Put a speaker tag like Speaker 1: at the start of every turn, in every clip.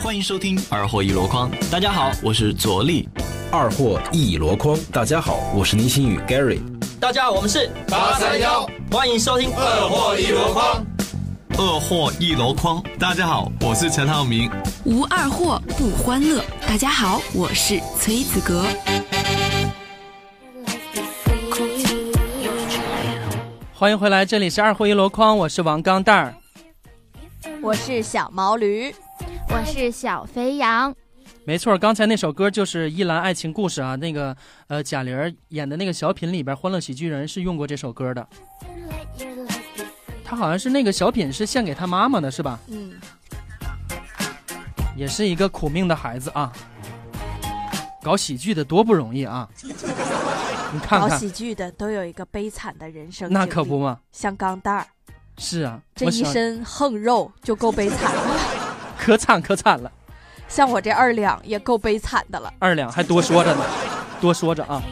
Speaker 1: 欢迎收听《二货一箩筐》。大家好，我是左力。
Speaker 2: 二货一箩筐。大家好，我是倪新宇 Gary。
Speaker 3: 大家好，我们是
Speaker 4: 八三幺，
Speaker 3: 欢迎收听
Speaker 4: 二货一箩筐。
Speaker 1: 二货一箩筐。大家好，我是陈浩民。
Speaker 5: 无二货不欢乐。大家好，我是崔子格。
Speaker 6: 欢迎回来，这里是二货一箩筐，我是王钢蛋儿。
Speaker 7: 我是小毛驴，
Speaker 8: 我是小肥羊。
Speaker 6: 没错，刚才那首歌就是《一兰爱情故事》啊，那个呃贾玲儿演的那个小品里边，《欢乐喜剧人》是用过这首歌的。他好像是那个小品是献给他妈妈的，是吧？
Speaker 7: 嗯，
Speaker 6: 也是一个苦命的孩子啊，搞喜剧的多不容易啊！你看
Speaker 7: 搞
Speaker 6: 看，
Speaker 7: 喜剧的都有一个悲惨的人生，
Speaker 6: 那可不，嘛。
Speaker 7: 像钢蛋儿，
Speaker 6: 是啊，
Speaker 7: 这
Speaker 6: 我
Speaker 7: 一
Speaker 6: 想
Speaker 7: 身横肉就够悲惨了，
Speaker 6: 可惨可惨了，
Speaker 7: 像我这二两也够悲惨的了。
Speaker 6: 二两还多说着呢，多说着啊。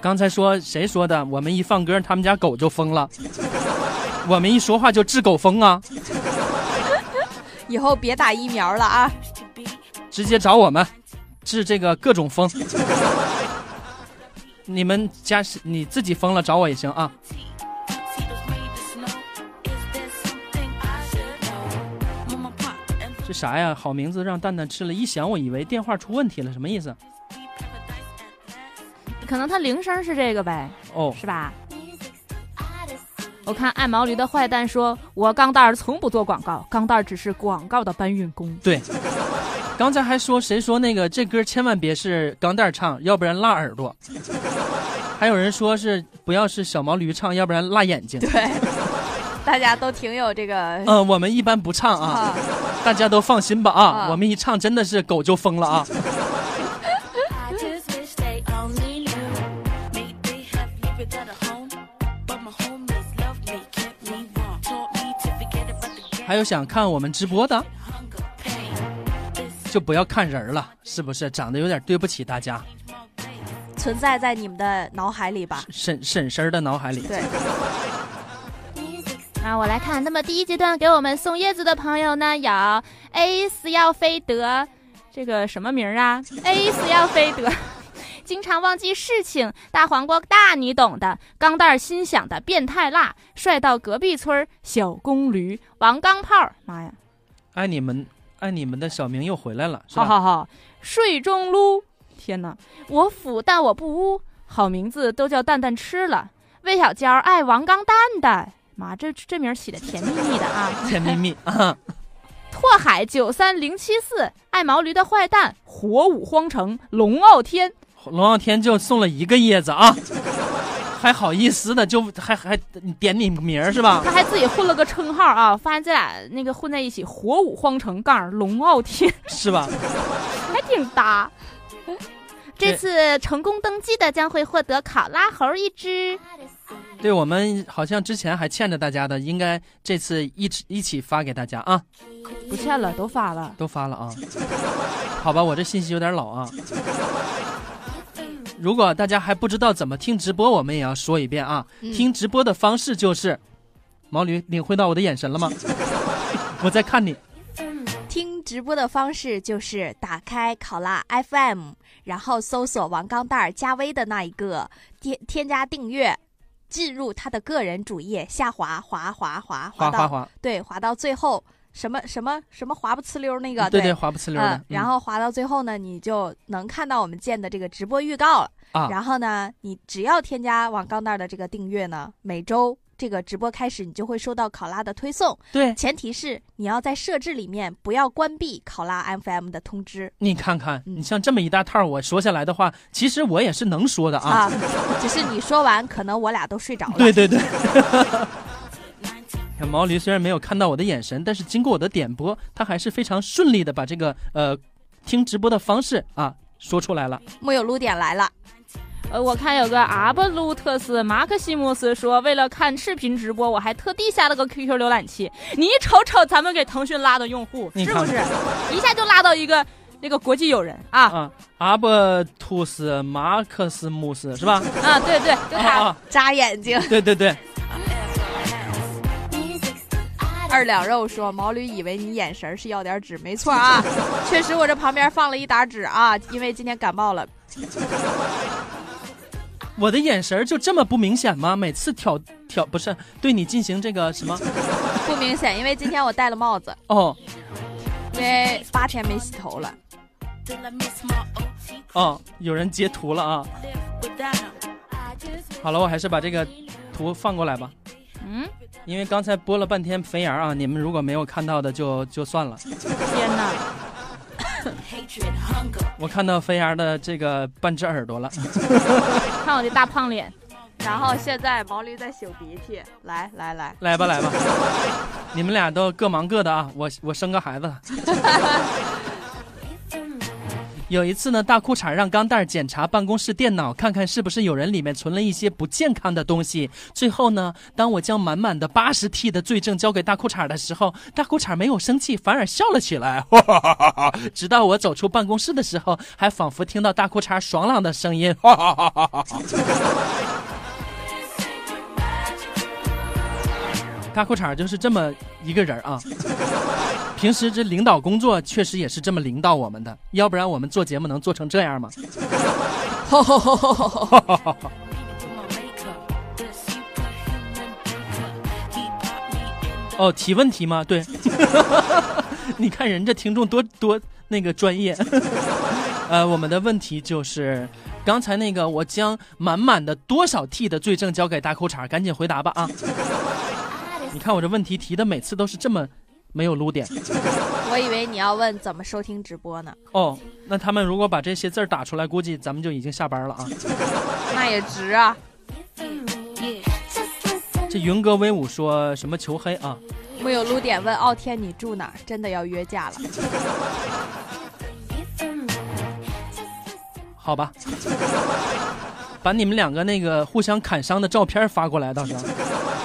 Speaker 6: 刚才说谁说的？我们一放歌，他们家狗就疯了；我们一说话就治狗疯啊，
Speaker 7: 以后别打疫苗了 啊！
Speaker 6: 直接找我们治这个各种疯。你们家是你自己疯了找我也行啊。这啥呀？好名字让蛋蛋吃了一响，我以为电话出问题了，什么意思？
Speaker 8: 可能他铃声是这个呗，
Speaker 6: 哦，
Speaker 8: 是吧？我看爱毛驴的坏蛋说：“我钢蛋儿从不做广告，钢蛋儿只是广告的搬运工。
Speaker 6: 刚才还说谁说那个这歌千万别是钢蛋儿唱，要不然辣耳朵。还有人说是不要是小毛驴唱，要不然辣眼睛。
Speaker 7: 对，大家都挺有这个
Speaker 6: 嗯、我们一般不唱啊，
Speaker 7: 啊，
Speaker 6: 大家都放心吧啊，
Speaker 7: 啊
Speaker 6: 我们一唱真的是狗就疯了啊。还有想看我们直播的，就不要看人了，是不是？长得有点对不起大家，
Speaker 7: 存在在你们的脑海里吧？
Speaker 6: 婶婶婶儿的脑海里。
Speaker 7: 对，
Speaker 8: 啊，我来看，那么第一阶段给我们送叶子的朋友呢，有 A 斯要菲德，这个什么名儿啊？A 斯要菲德，经常忘记事情，大黄瓜大你懂的，钢蛋儿心想的变态辣，帅到隔壁村儿小公驴，王钢炮儿，妈呀，
Speaker 6: 爱哎你们，爱你们的小明又回来了，是吧？
Speaker 8: 好
Speaker 7: 啊
Speaker 8: 好好，睡中撸，天哪，我腐但我不污，好名字都叫蛋蛋吃了，魏小娇爱王钢蛋蛋，妈这这名儿起的甜蜜蜜的啊。
Speaker 6: 甜蜜蜜啊，
Speaker 8: 拓海九三零七四，爱毛驴的坏蛋，火舞荒城，龙傲天，
Speaker 6: 龙傲天就送了一个叶 子啊，还好意思的就还还你点你名儿是吧？
Speaker 8: 他还自己混了个称号啊！发现这俩那个混在一起，火舞荒城杠龙傲天，
Speaker 6: 是吧？
Speaker 8: 还挺搭。
Speaker 6: 对
Speaker 8: 这次成功登记的将会获得考拉猴一只。
Speaker 6: 对我们好像之前还欠着大家的，应该这次一起一起发给大家啊，
Speaker 8: 不欠了，都发了。
Speaker 6: 都发了啊。好吧，我这信息有点老啊。如果大家还不知道怎么听直播，我们也要说一遍啊。
Speaker 7: 嗯
Speaker 6: 听直播的方式就是，毛驴领会到我的眼神 了吗？我在看你，
Speaker 7: 听直播的方式就是打开考拉 FM，然后搜索王钢蛋儿加微的那一个，添添加订阅，进入他的个人主页，下滑滑滑滑
Speaker 6: 滑
Speaker 7: 到
Speaker 6: 滑滑，
Speaker 7: 对滑到最后什么什么什么滑不呲溜那个
Speaker 6: 对对，滑不呲溜的。
Speaker 7: 啊嗯，然
Speaker 6: 嗯
Speaker 7: 后滑到最后呢，你就能看到我们建的这个直播预告了。
Speaker 6: 啊
Speaker 7: 然后呢，你只要添加网钢蛋儿的这个订阅呢，每周这个直播开始，你就会收到考拉的推送。
Speaker 6: 对，
Speaker 7: 前提是你要在设置里面不要关闭考拉 FM 的通知
Speaker 6: 你看看，
Speaker 7: 嗯
Speaker 6: 你像这么一大套，我说下来的话，其实我也是能说的啊。
Speaker 7: 啊，只是你说完，可能我俩都睡着了。
Speaker 6: 对对对。看毛驴虽然没有看到我的眼神，但是经过我的点拨，他还是非常顺利的把这个呃听直播的方式啊说出来了。
Speaker 7: 木有撸点来了，
Speaker 8: 呃，我看有个阿布鲁特斯马克西姆斯说，为了看视频直播，我还特地下了个 QQ 浏览器。你瞅瞅咱们给腾讯拉的用户，
Speaker 6: 你
Speaker 8: 是
Speaker 6: 看
Speaker 8: 不是一下就拉到一个那个国际友人啊
Speaker 6: 啊，阿布图斯马克斯穆斯是 吧？
Speaker 8: 啊！对对，就
Speaker 6: 啊
Speaker 8: 他。
Speaker 6: 啊，
Speaker 7: 眨眼睛。
Speaker 6: 对对对，
Speaker 7: 二两肉说：“毛驴以为你眼神是要点纸，没错啊，确实我这旁边放了一沓纸啊，因为今天感冒了。
Speaker 6: 我的眼神就这么不明显吗？每次挑挑不是对你进行这个什么？
Speaker 7: 不明显，因为今天我戴了帽子，
Speaker 6: 哦
Speaker 7: 因为八天没洗头了。
Speaker 6: 哦，有人截图了啊！好了，我还是把这个图放过来吧，
Speaker 8: 嗯，
Speaker 6: 因为刚才播了半天肥羊啊，你们如果没有看到的就就算了。
Speaker 8: 天哪，
Speaker 6: 我看到肥羊的这个半只耳朵了，
Speaker 8: 看我这大胖脸，
Speaker 7: 然后现在毛驴在擤鼻涕，来来来，
Speaker 6: 来吧来吧，你们俩都各忙各的啊，我我生个孩子。 有一次呢，大裤衩让钢蛋儿检查办公室电脑，看看是不是有人里面存了一些不健康的东西。最后呢，当我将满满的八十 T 的罪证交给大裤衩的时候，大裤衩没有生气，反而笑了起来， 哈哈哈哈哈！直到我走出办公室的时候，还仿佛听到大裤衩爽朗的声音，哈哈哈哈哈！大裤衩就是这么一个人儿啊。平时这领导工作确实也是这么领导我们的，要不然我们做节目能做成这样吗？ 哦，提问题吗？对， 你看人这听众多多那个专业。 呃，我们的问题就是，刚才那个我将满满的多少 T 的罪证交给大裤衩，赶紧回答吧啊！你看我这问题提的每次都是这么没有撸点。
Speaker 7: 我以为你要问怎么收听直播呢，
Speaker 6: 哦，那他们如果把这些字儿打出来，估计咱们就已经下班了啊。
Speaker 7: 那也值啊。
Speaker 6: 这云哥威武说什么求黑啊？
Speaker 7: 木有撸点问傲天你住哪儿，真的要约架了。
Speaker 6: 好吧，把你们两个那个互相砍伤的照片发过来，到时候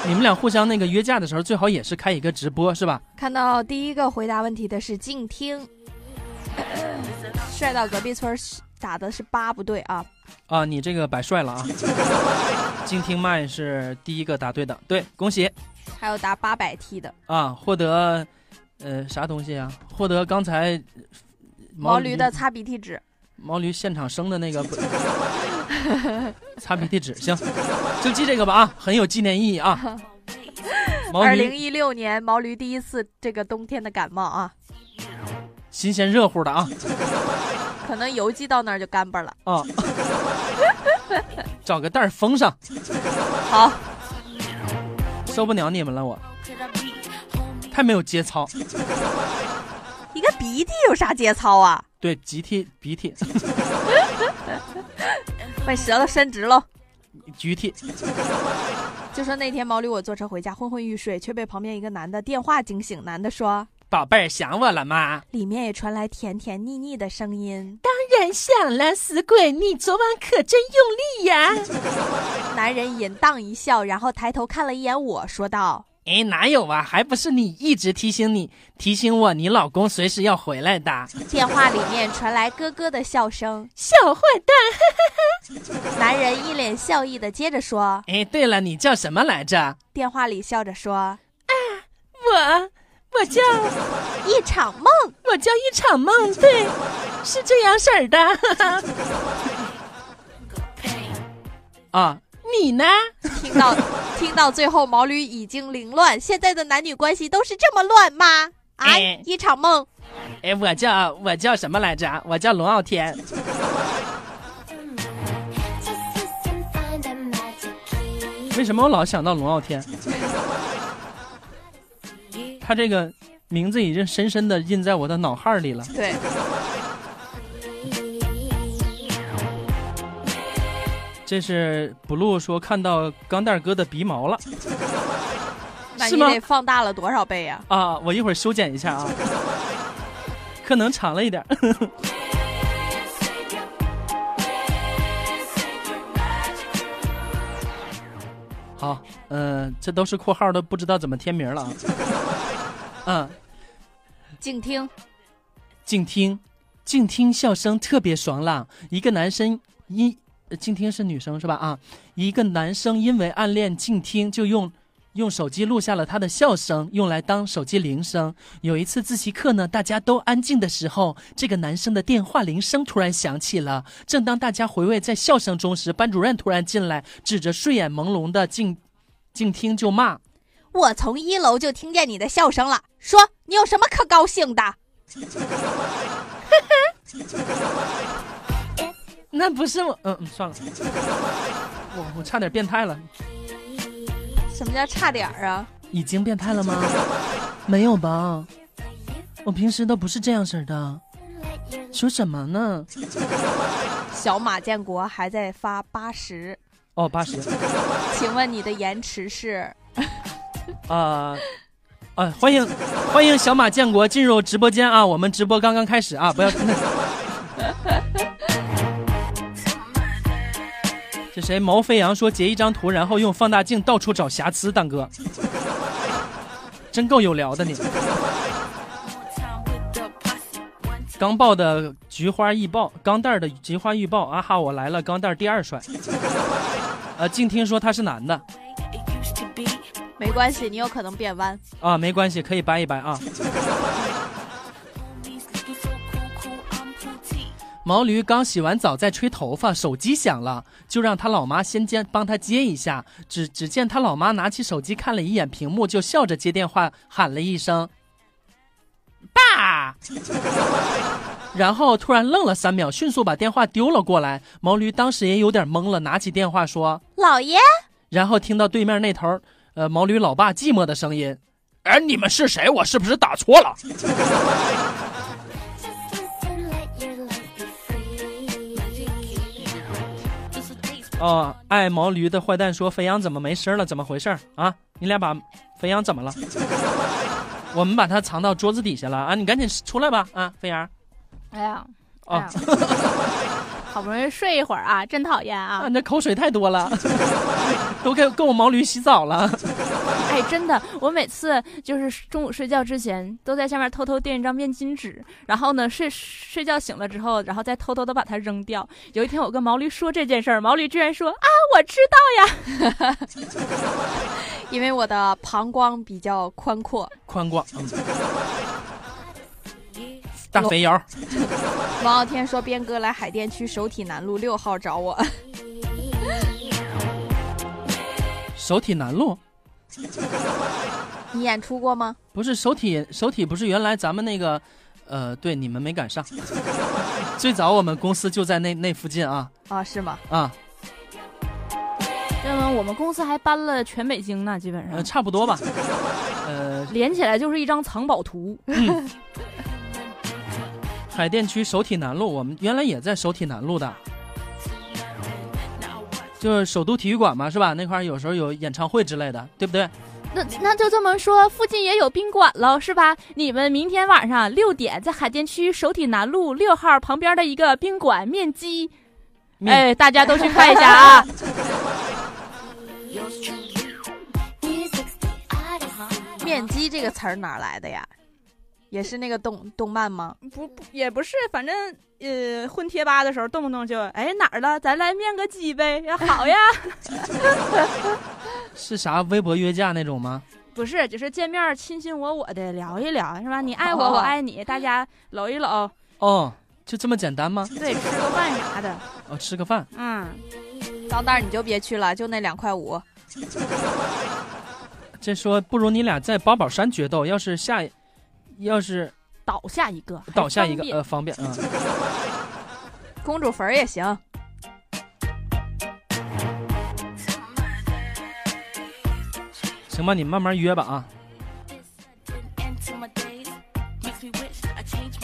Speaker 6: 你们俩互相那个约架的时候，最好也是开一个直播，是吧？
Speaker 7: 看到第一个回答问题的是静 听，帅到隔壁村儿是打的是八不对啊，
Speaker 6: 啊，你这个摆帅了啊！静听麦是第一个答对的，对，恭喜
Speaker 7: 还有答八百 T 的。
Speaker 6: 啊，获得呃啥东西啊？获得刚才呃
Speaker 7: 毛驴的擦鼻涕纸，
Speaker 6: 毛驴现场生的那个不擦鼻涕纸，行，就记这个吧啊，很有纪念意义啊。毛
Speaker 7: 二零
Speaker 6: 驴
Speaker 7: 一六年毛驴第一次这个冬天的感冒啊，
Speaker 6: 新鲜热乎的啊
Speaker 7: 可能邮寄到那儿就干巴了。
Speaker 6: 啊，找个袋儿封上，
Speaker 7: 好，
Speaker 6: 受不了你们了我，太没有节操，
Speaker 7: 一个鼻涕有啥节操啊？
Speaker 6: 对，集体鼻涕
Speaker 7: 把舌头伸直喽。
Speaker 6: 橘涕，
Speaker 7: 就说那天毛驴我坐车回家昏昏欲睡，却被旁边一个男的电话惊醒，男的说
Speaker 6: 宝贝儿想我了吗？
Speaker 7: 里面也传来甜甜腻腻的声音。
Speaker 9: 然想了，死鬼，你昨晚可真用力呀！
Speaker 7: 男人淫荡一笑，然后抬头看了一眼我，说道
Speaker 6: 哎，哪有啊？还不是你一直提醒你提醒我，你老公随时要回来的。：“
Speaker 7: 电话里面传来咯咯的笑声。
Speaker 9: 小坏蛋，”
Speaker 7: 男人一脸笑意的接着说
Speaker 6: 哎，对了，你叫什么来着？：“
Speaker 7: 电话里笑着说，啊
Speaker 9: 我我叫
Speaker 7: 一场梦。
Speaker 9: 我叫一场梦，对，是这样式儿的。哈哈
Speaker 6: 啊，
Speaker 9: 你呢？”
Speaker 7: 听到 听到最后，毛驴已经凌乱。现在的男女关系都是这么乱吗？啊，
Speaker 6: 哎
Speaker 7: 一场梦。
Speaker 6: 哎，我叫我叫什么来着？我叫龙傲天。为什么我老想到龙傲天？他这个名字已经深深的印在我的脑海儿里了。
Speaker 7: 对，
Speaker 6: 这是 blue 说看到钢蛋儿哥的鼻毛了
Speaker 7: 那
Speaker 6: 是
Speaker 7: 你
Speaker 6: 吗
Speaker 7: 得放大了多少倍呀、
Speaker 6: 啊，我一会儿修剪一下啊，可能长了一点儿。 好，嗯、这都是括号都不知道怎么添名了啊。嗯，
Speaker 7: 静听，
Speaker 6: 静听，静听笑声特别爽朗。一个男生因呃静听是女生是吧？啊，一个男生因为暗恋静听，就用用手机录下了他的笑声，用来当手机铃声。有一次自习课呢，大家都安静的时候，这个男生的电话铃声突然响起了。正当大家回味在笑声中时，班主任突然进来，指着睡眼朦胧的静静听就骂
Speaker 7: 我从一楼就听见你的笑声了，说你有什么可高兴的？
Speaker 6: 那不是我，嗯嗯，算了，我我差点变态了，
Speaker 7: 什么叫差点儿啊？
Speaker 6: 已经变态了吗？没有吧，我平时都不是这样式儿的，说什么呢？
Speaker 7: 小马建国还在发八十，
Speaker 6: 哦，八十，
Speaker 7: 请问你的延迟是？
Speaker 6: 啊、呃，欢迎欢迎小马建国进入直播间啊，我们直播刚刚开始啊，不要。 这谁？毛飞扬说截一张图，然后用放大镜到处找瑕疵，蛋哥，真够有聊的你。钢爆的菊花易爆，钢蛋儿的菊花易爆，啊哈，我来了，钢蛋儿第二帅。 呃，静听说他是男的
Speaker 7: 没关系，你有可能变弯。
Speaker 6: 啊，没关系，可以掰一掰啊。毛驴刚洗完澡，在吹头发，手机响了，就让他老妈先接，帮他接一下。只只见他老妈拿起手机看了一眼屏幕，就笑着接电话，喊了一声“爸”，然后突然愣了三秒，迅速把电话丢了过来。毛驴当时也有点懵了，拿起电话说
Speaker 7: 老爷，：“
Speaker 6: 然后听到对面那头，呃，毛驴老爸寂寞的声音：‘哎，你们是谁？我是不是打错了？’”哦，爱毛驴的坏蛋说：“肥羊怎么没声了？怎么回事儿啊？你俩把肥羊怎么了？ 我们把它藏到桌子底下了啊！你赶紧出来吧啊，肥羊
Speaker 8: 哎呀，哎
Speaker 6: 哦
Speaker 8: 呀，好不容易睡一会儿啊，真讨厌 啊
Speaker 6: 啊，！你这口水太多了， 都给跟我毛驴洗澡了。
Speaker 8: 哎，真的，我每次就是中午睡觉之前都在下面偷偷垫一张面巾纸，然后呢睡睡觉醒了之后，然后再偷偷的把它扔掉。有一天我跟毛驴说这件事儿，毛驴居然说啊，我知道呀。
Speaker 7: 因为我的膀胱比较宽阔。
Speaker 6: 宽广，嗯、大肥羊，
Speaker 7: 王傲天说：“边哥来海淀区首体南路六号找我。
Speaker 6: 首体南路
Speaker 7: 你演出过吗？
Speaker 6: 不是首体，首体不是原来咱们那个，呃，对，你们没赶上。 最早我们公司就在那那附近啊
Speaker 7: 啊，是吗？
Speaker 6: 啊，
Speaker 8: 那么我们公司还搬了全北京呢，基本
Speaker 6: 呃，
Speaker 8: 上
Speaker 6: 差不多吧，呃，
Speaker 8: 连起来就是一张藏宝图。
Speaker 6: 海淀区首体南路，我们原来也在首体南路的，就是首都体育馆嘛，是吧？那块儿有时候有演唱会之类的，对不对？
Speaker 8: 那那就这么说，附近也有宾馆喽，是吧？你们明天晚上六点在海淀区首体南路六号旁边的一个宾馆面基，
Speaker 6: 面
Speaker 8: 哎，大家都去看一下啊！
Speaker 7: 面基这个词儿哪儿来的呀？也是那个动动漫吗？
Speaker 8: 不不也不是，反正呃混贴吧的时候，动不动就哎哪儿了，咱来面个基呗，呀好 呀，
Speaker 6: 是啥微博约架那种吗？
Speaker 8: 不是，只是见面儿亲亲我我的聊一聊，是吧？你爱我，
Speaker 7: 哦
Speaker 8: 我爱你，大家搂一搂，
Speaker 6: 哦，就这么简单吗？
Speaker 8: 对，吃个饭啥的，
Speaker 6: 哦，吃个饭，
Speaker 8: 嗯，
Speaker 7: 钢蛋儿你就别去了，就那两块五。
Speaker 6: 这说不如你俩在八宝山决斗，要是下，要是
Speaker 8: 倒下一个，还
Speaker 6: 倒下一个
Speaker 8: 方，便
Speaker 6: 呃，方便，嗯。
Speaker 7: 公主坟儿也行。
Speaker 6: 行吧，你慢慢约吧啊。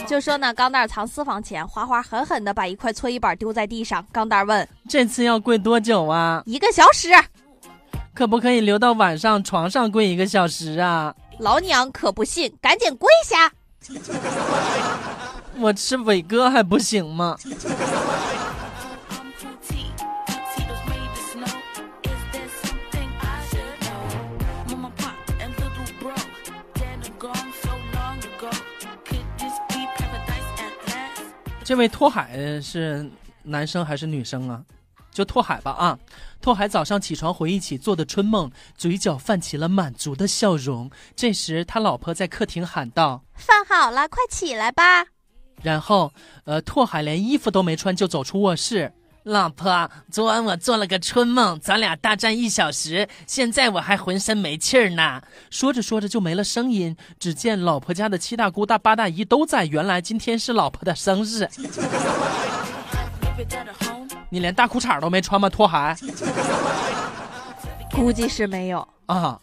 Speaker 7: 就说呢，钢蛋儿藏私房钱，花花狠狠地把一块搓衣板丢在地上。钢蛋儿问
Speaker 6: 这次要跪多久啊：“？
Speaker 7: 一个小时，
Speaker 6: 可不可以留到晚上床上跪一个小时啊？
Speaker 7: 老娘可不信，赶紧跪下。”
Speaker 6: 我吃伟哥还不行吗？这位拓海是男生还是女生啊？就拓海吧啊。拓海早上起床回忆起做的春梦，嘴角泛起了满足的笑容。这时，他老婆在客厅喊道
Speaker 7: 饭好了，快起来吧。：“
Speaker 6: 然后，呃，拓海连衣服都没穿就走出卧室。老婆，昨晚我做了个春梦，咱俩大战一小时，现在我还浑身没气儿呢。”说着说着就没了声音。只见老婆家的七大姑大八大姨都在，原来今天是老婆的生日。你连大裤衩都没穿吗，拓海？
Speaker 7: 估计是没有。
Speaker 6: 啊，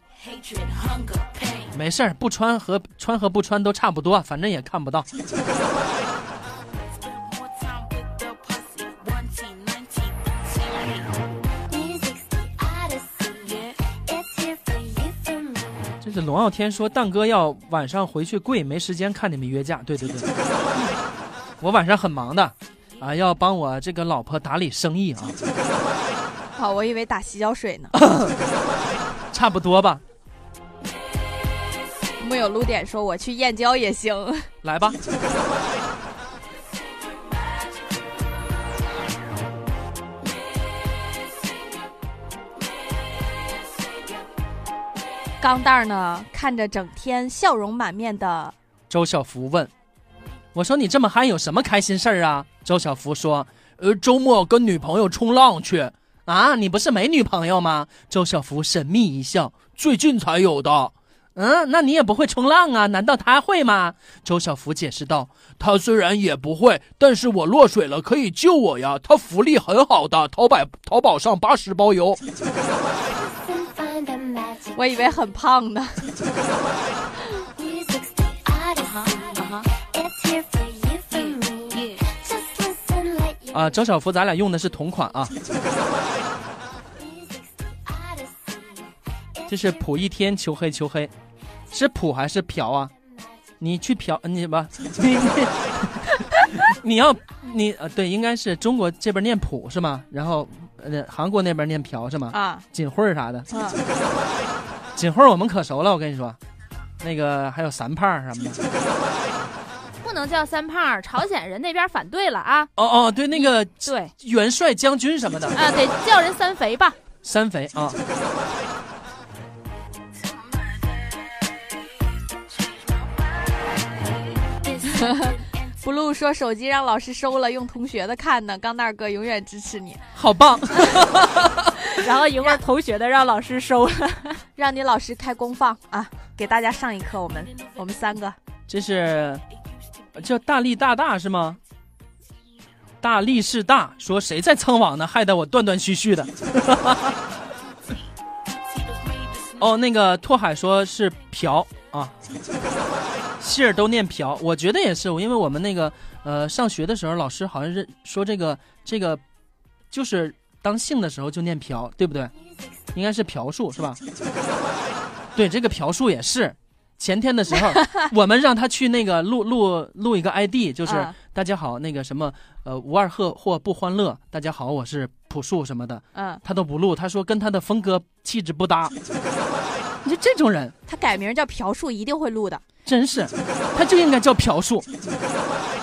Speaker 6: 没事儿，不穿和穿和不穿都差不多，反正也看不到。这是龙傲天说，蛋哥要晚上回去跪，没时间看你们约架。对对 对，我晚上很忙的，啊，要帮我这个老婆打理生意啊，
Speaker 7: 好，我以为打洗脚水 呢。
Speaker 6: 差不多吧，
Speaker 7: 木有露点说我去燕郊也行。
Speaker 6: 来吧。
Speaker 7: 钢蛋儿呢，看着整天笑容满面的
Speaker 6: 周小福问：“我说你这么嗨，有什么开心事儿啊？”周小福说：“呃，周末跟女朋友冲浪去啊！你不是没女朋友吗？”周小福神秘一笑：“最近才有的。”嗯，那你也不会冲浪啊？难道他会吗？周小福解释道：“他虽然也不会，但是我落水了可以救我呀，他福利很好的，淘宝淘宝上八十包邮。
Speaker 7: 我以为很胖 呢。
Speaker 6: 啊、周小福，咱俩用的是同款啊。这是普一天求黑求黑，是普还是嫖啊？你去嫖你不？ 你你你要你呃对，应该是中国这边念普是吗？然后呃韩国那边念嫖是吗？
Speaker 7: 啊，
Speaker 6: 锦慧儿啥的，
Speaker 7: 啊
Speaker 6: 锦慧儿我们可熟了，我跟你说，那个还有三胖儿什么的。
Speaker 8: 不能叫三胖儿，朝鲜人那边反对了啊。
Speaker 6: 哦哦，对，那个
Speaker 8: 对，
Speaker 6: 元帅将军什么的，
Speaker 8: 啊，得叫人三肥吧。
Speaker 6: 三肥啊。
Speaker 7: ，blue 说手机让老师收了，用同学的看呢。钢蛋儿哥永远支持 你，
Speaker 6: 好棒！
Speaker 8: 然后一会儿同学的让老师收了。
Speaker 7: 让你老师开功放啊，给大家上一课。我们我们三个
Speaker 6: 这是呃叫大力大大是吗？大力士大说谁在蹭网呢？害得我断断续续的。哦，那个拓海说是嫖啊，信儿都念嫖，我觉得也是，因为我们那个呃上学的时候，老师好像是说这个这个就是当姓的时候就念嫖，对不对？应该是嫖数是吧？对，这个嫖数也是。前天的时候，我们让他去那个录录录一个 ID，就是、
Speaker 7: 啊
Speaker 6: 大家好，那个什么呃无二贺或不欢乐，大家好，我是朴树什么的，
Speaker 7: 嗯，
Speaker 6: 他都不录，他说跟他的风格气质不 搭。你说这种人
Speaker 7: 他改名叫朴树，一定会录的。
Speaker 6: 真是，他就应该叫朴树，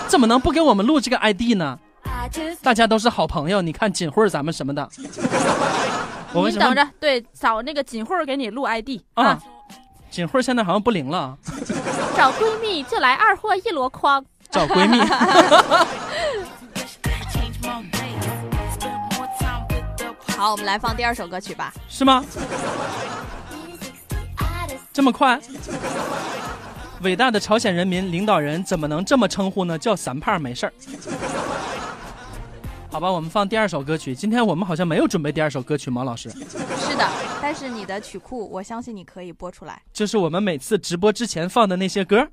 Speaker 6: 怎么能不给我们录这个 ID 呢？大家都是好朋友，你看锦慧儿咱们什么 的，我们
Speaker 8: 你
Speaker 6: 什
Speaker 8: 等
Speaker 6: 么
Speaker 8: 着，对，找那个锦慧儿给你录 ID
Speaker 6: 啊
Speaker 8: 啊，？
Speaker 6: 锦慧儿现在好像不灵了啊，
Speaker 8: 找闺蜜就来二货一箩筐。
Speaker 6: 找闺蜜。
Speaker 7: 好，我们来放第二首歌曲吧。
Speaker 6: 是吗？这么快？伟大的朝鲜人民领导人怎么能这么称呼呢？叫三胖没事儿。好吧，我们放第二首歌曲。今天我们好像没有准备第二首歌曲，毛老师，
Speaker 7: 是的，但是你的曲库，我相信你可以播出来。
Speaker 6: 就是我们每次直播之前放的那些歌，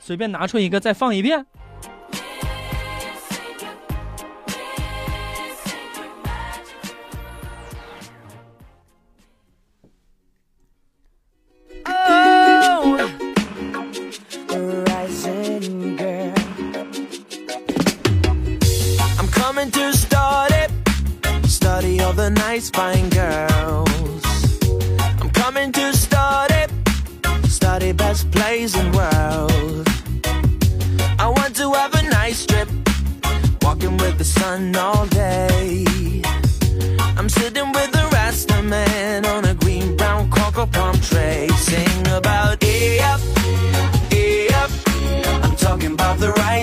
Speaker 6: 随便拿出一个再放一遍。
Speaker 10: rising girl. I'm coming to study, study all the nice fine girls. I'm coming to study, study best plays in world. I want to have a nice trip, walking with the sun all day.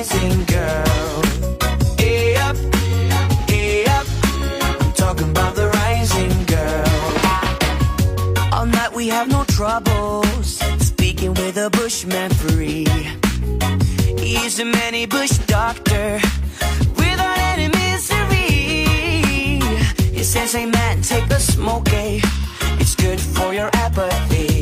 Speaker 10: E we have no troubles. Speaking with a bushman free. He's a many bush doctor without any misery. He says, Hey man, take a smoke, eh? It's good for your apathy.